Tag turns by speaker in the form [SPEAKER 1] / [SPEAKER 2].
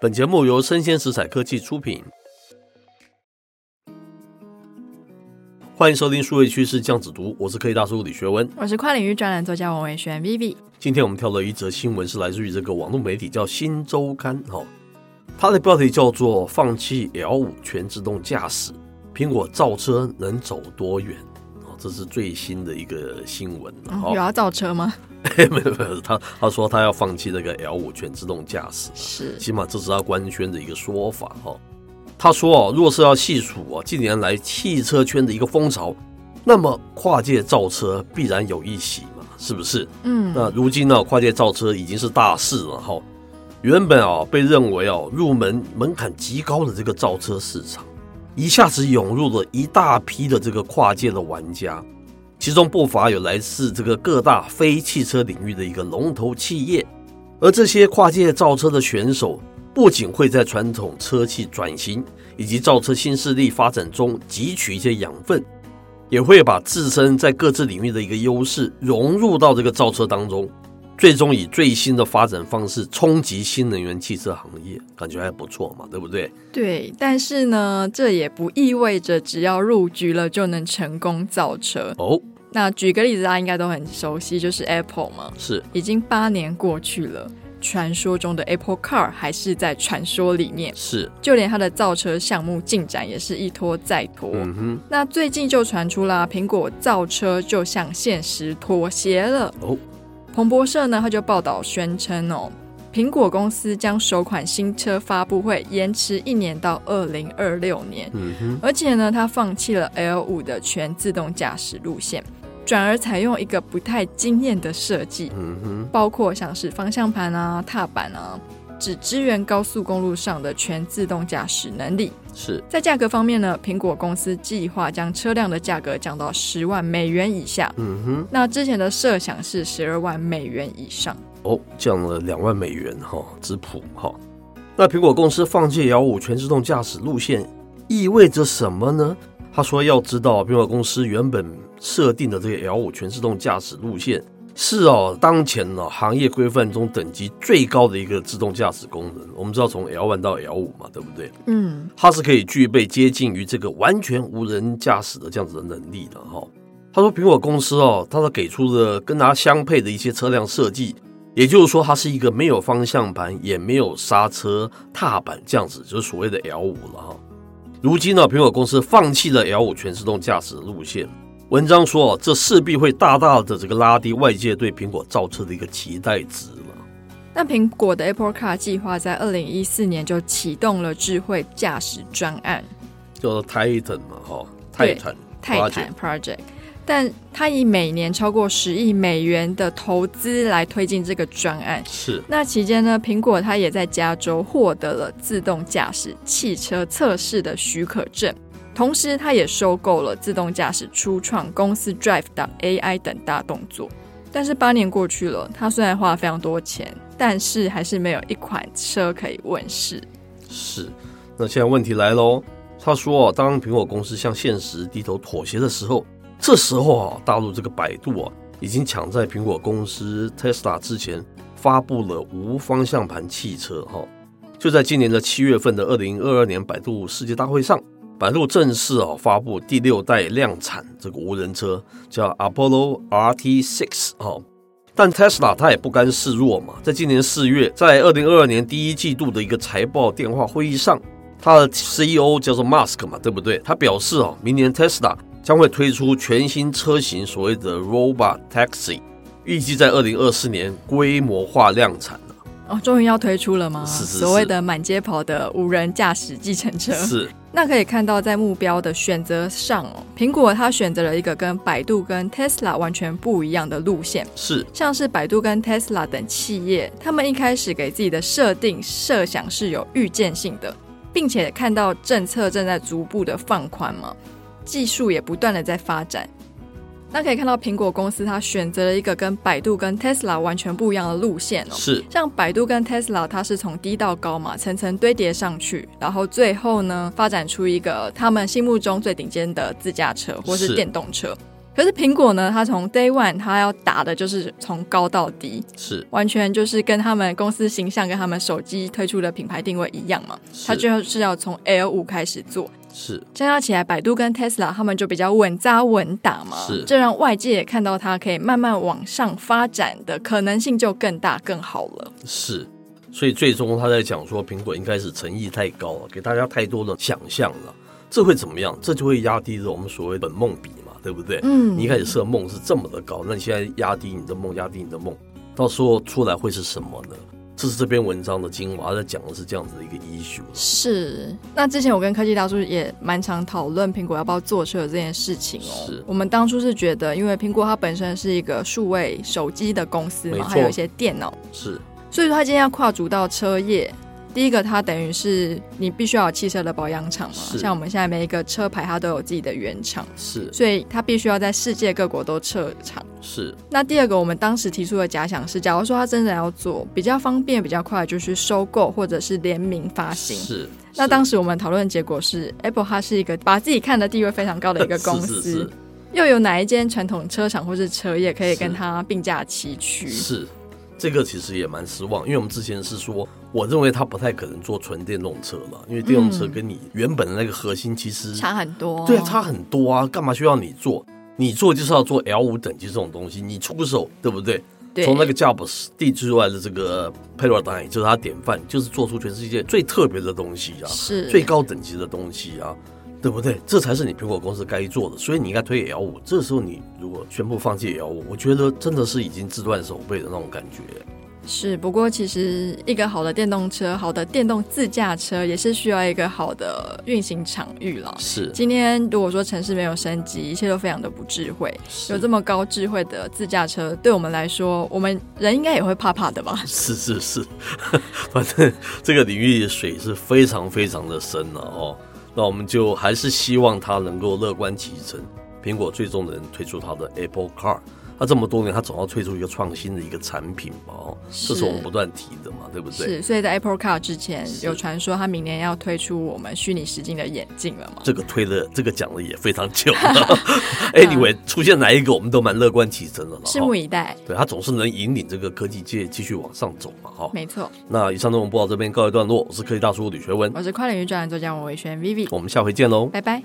[SPEAKER 1] 本节目由生鲜食材科技出品，欢迎收听数位趋势酱子读，我是科技大叔李学文。
[SPEAKER 2] 我是跨领域专栏作家王维轩 Vivi。
[SPEAKER 1] 今天我们挑了一则新闻，是来自于这个网络媒体叫《新周刊》哈、哦，它的标题叫做“放弃 L 五全自动驾驶，苹果造车能走多远”哦，这是最新的一个新闻。
[SPEAKER 2] 嗯
[SPEAKER 1] 哦
[SPEAKER 2] 有要造车吗？
[SPEAKER 1] 没有没有，他他说他要放弃那个 L 五全自动驾驶，
[SPEAKER 2] 是
[SPEAKER 1] 起码这是他官宣的一个说法哈、哦。他说哦，若是要细数哦，近年来汽车圈的一个风潮，那么跨界造车必然有一席嘛，是不是？
[SPEAKER 2] 嗯，
[SPEAKER 1] 那如今呢、跨界造车已经是大事了哈。原本啊，被认为哦、入门门槛极高的这个造车市场，一下子涌入了一大批的这个跨界的玩家，其中不乏有来自这个各大非汽车领域的一个龙头企业。而这些跨界造车的选手，不仅会在传统车企转型以及造车新势力发展中汲取一些养分，也会把自身在各自领域的一个优势融入到这个造车当中，最终以最新的发展方式冲击新能源汽车行业，感觉还不错嘛，对不对？
[SPEAKER 2] 对，但是呢，这也不意味着只要入局了就能成功造车。
[SPEAKER 1] 哦，
[SPEAKER 2] 那举个例子，大家应该都很熟悉，就是 Apple 嘛，
[SPEAKER 1] 是
[SPEAKER 2] 已经八年过去了。传说中的 Apple Car 还是在传说里面，
[SPEAKER 1] 是，
[SPEAKER 2] 就连它的造车项目进展也是一拖再拖。
[SPEAKER 1] 嗯哼，
[SPEAKER 2] 那最近就传出啦，苹果造车就向现实妥协了。
[SPEAKER 1] 哦，
[SPEAKER 2] 彭博社呢，他就报道宣称哦，苹果公司将首款新车发布会延迟一年到二零二六年，
[SPEAKER 1] 嗯哼，
[SPEAKER 2] 而且呢，它放弃了 L 五的全自动驾驶路线，转而采用一个不太惊艳的设计，
[SPEAKER 1] 嗯哼，
[SPEAKER 2] 包括像是方向盘啊、踏板啊，只支援高速公路上的全自动驾驶能力。
[SPEAKER 1] 是，
[SPEAKER 2] 在价格方面呢，苹果公司计划将车辆的价格降到十万美元以下，
[SPEAKER 1] 嗯哼，
[SPEAKER 2] 那之前的设想是十二万美元以上。
[SPEAKER 1] 哦，降了两万美元哈、质谱哈、那苹果公司放弃 L 五全自动驾驶路线，意味着什么呢？他说，要知道苹果公司原本设定的这个 L 五全自动驾驶路线是哦，当前呢、行业规范中等级最高的一个自动驾驶功能。我们知道从 L one 到 L 五嘛，对不对？
[SPEAKER 2] 嗯，
[SPEAKER 1] 它是可以具备接近于这个完全无人驾驶的这样子的能力的哈、他说，苹果公司哦，它的给出的跟它相配的一些车辆设计，也就是说，它是一个没有方向盘，也没有刹车踏板这样子，就是所谓的 L 五了哈、如今呢，苹果公司放弃了 L 五全自动驾驶的路线。文章说哦，这势必会大大的这个拉低外界对苹果造车的一个期待值了。
[SPEAKER 2] 那苹果的 Apple Car 计划在二零一四年就启动了智慧驾驶专案
[SPEAKER 1] 叫做 Titan 嘛，哈、泰
[SPEAKER 2] 对
[SPEAKER 1] 坦，
[SPEAKER 2] 泰坦 Project，但它以每年超过十亿美元的投资来推进这个专案。
[SPEAKER 1] 是，
[SPEAKER 2] 那期间呢，苹果它也在加州获得了自动驾驶汽车测试的许可证，同时它也收购了自动驾驶初创公司 Drive 的 AI 等大动作。但是八年过去了，它虽然花了非常多钱，但是还是没有一款车可以问世。
[SPEAKER 1] 是，那现在问题来喽。他说啊，当苹果公司向现实低头妥协的时候，这时候啊，大陆这个百度啊，已经抢在苹果公司 Tesla 之前发布了无方向盘汽车哈、就在今年的七月份的二零二二年百度世界大会上，百度正式啊发布第六代量产这个无人车，叫 Apollo RT6 哦。但 Tesla 它也不甘示弱嘛，在今年四月，在二零二二年第一季度的一个财报电话会议上，它的 CEO 叫做 Musk 嘛，对不对？他表示哦，明年 Tesla 将会推出全新车型，所谓的 Robot Taxi，预计在二零二四年规模化量产。啊
[SPEAKER 2] 哦，终于要推出了吗？
[SPEAKER 1] 是是是
[SPEAKER 2] 所谓的满街跑的无人驾驶计程车。
[SPEAKER 1] 是，
[SPEAKER 2] 那可以看到，在目标的选择上哦，苹果它选择了一个跟百度跟 Tesla 完全不一样的路线。
[SPEAKER 1] 是，
[SPEAKER 2] 像是百度跟 Tesla 等企业，他们一开始给自己的设定设想是有预见性的，并且看到政策正在逐步的放宽嘛，技术也不断的在发展。那可以看到，苹果公司它选择了一个跟百度跟 Tesla 完全不一样的路线哦。
[SPEAKER 1] 是，
[SPEAKER 2] 像百度跟 Tesla，它是从低到高嘛，层层堆叠上去，然后最后呢，发展出一个他们心目中最顶尖的自驾车或
[SPEAKER 1] 是
[SPEAKER 2] 是电动车。可是苹果呢，它从 day one 它要打的就是从高到低，
[SPEAKER 1] 是
[SPEAKER 2] 完全就是跟他们公司形象跟他们手机推出的品牌定位一样嘛，它
[SPEAKER 1] 是
[SPEAKER 2] 就是要从 L 五开始做。
[SPEAKER 1] 是
[SPEAKER 2] 相较起来，百度跟 Tesla 他们就比较稳扎稳打嘛，
[SPEAKER 1] 是
[SPEAKER 2] 这让外界也看到它可以慢慢往上发展的可能性就更大更好了。
[SPEAKER 1] 是，所以最终他在讲说，苹果应该是诚意太高了，给大家太多的想象了，这会怎么样？这就会压低了我们所谓的梦比嘛，对不对？
[SPEAKER 2] 嗯
[SPEAKER 1] 你一开始设梦是这么的高，那你现在压低你的梦，压低你的梦，到时候出来会是什么呢？这是这篇文章的精华，它在讲的是这样子的一个 issue。
[SPEAKER 2] 是，那之前我跟科技大叔也蛮常讨论苹果要不要坐车的这件事情哦。
[SPEAKER 1] 是
[SPEAKER 2] 我们当初是觉得，因为苹果它本身是一个数位手机的公司
[SPEAKER 1] 没
[SPEAKER 2] 嘛，
[SPEAKER 1] 错
[SPEAKER 2] 还有一些电脑，
[SPEAKER 1] 是
[SPEAKER 2] 所以说它今天要跨足到车业。第一个，它等于是你必须要有汽车的保养厂嘛，
[SPEAKER 1] 是
[SPEAKER 2] 像我们现在每一个车牌它都有自己的原厂，
[SPEAKER 1] 是
[SPEAKER 2] 所以它必须要在世界各国都设厂。
[SPEAKER 1] 是
[SPEAKER 2] 那第二个，我们当时提出的假想是，假如说它真的要做，比较方便、比较快，就是收购或者是联名发行。
[SPEAKER 1] 是，
[SPEAKER 2] 那
[SPEAKER 1] 是
[SPEAKER 2] 当时我们讨论结果是，Apple 它是一个把自己看的地位非常高 的一个公司，
[SPEAKER 1] 是是
[SPEAKER 2] 又有哪一间传统车厂或是车业可以
[SPEAKER 1] 是
[SPEAKER 2] 跟它并驾齐驱？
[SPEAKER 1] 是，这个其实也蛮失望，因为我们之前是说，我认为它不太可能做纯电动车了，因为电动车
[SPEAKER 2] 嗯
[SPEAKER 1] 跟你原本的那个核心其实、
[SPEAKER 2] 差很多，
[SPEAKER 1] 对啊差很多啊，干嘛需要你做？你做就是要做 L 五等级这种东西，你出手对不对？
[SPEAKER 2] 对
[SPEAKER 1] 从那个 Jobs 地制出来的这个 paradigm 就是它典范，就是做出全世界最特别的东西啊，
[SPEAKER 2] 是
[SPEAKER 1] 最高等级的东西啊，对不对？这才是你苹果公司该做的，所以你应该推 L 五。这时候你如果宣布放弃 L 五，我觉得真的是已经自断手背的那种感觉。
[SPEAKER 2] 是。不过其实一个好的电动车、好的电动自驾车也是需要一个好的运行场域了。
[SPEAKER 1] 是
[SPEAKER 2] 今天如果说城市没有升级，一切都非常的不智慧。有
[SPEAKER 1] 是
[SPEAKER 2] 这么高智慧的自驾车，对我们来说，我们人应该也会怕怕的吧？
[SPEAKER 1] 是是是， 反正这个领域水是非常非常的深了、哦。那我们就还是希望它能够乐观其成。苹果最终能推出它的 Apple Car，它这么多年它总要推出一个创新的一个产品嘛哦，这是我们不断提的嘛，对不对？
[SPEAKER 2] 是，所以在 Apple Car 之前
[SPEAKER 1] 是
[SPEAKER 2] 有传说，它明年要推出我们虚拟实境的眼镜了嘛？
[SPEAKER 1] 这个推的这个讲的也非常久 了。anyway，出现哪一个我们都蛮乐观其成的了
[SPEAKER 2] 拭目
[SPEAKER 1] 哈。
[SPEAKER 2] 以待。
[SPEAKER 1] 对，它总是能引领这个科技界继续往上走嘛哈。
[SPEAKER 2] 没错，
[SPEAKER 1] 那以上内容播到这边告一段落，我是科技大叔李学文，
[SPEAKER 2] 我是跨领域专栏作家王维轩 Vivi，
[SPEAKER 1] 我们下回见喽。
[SPEAKER 2] 拜拜。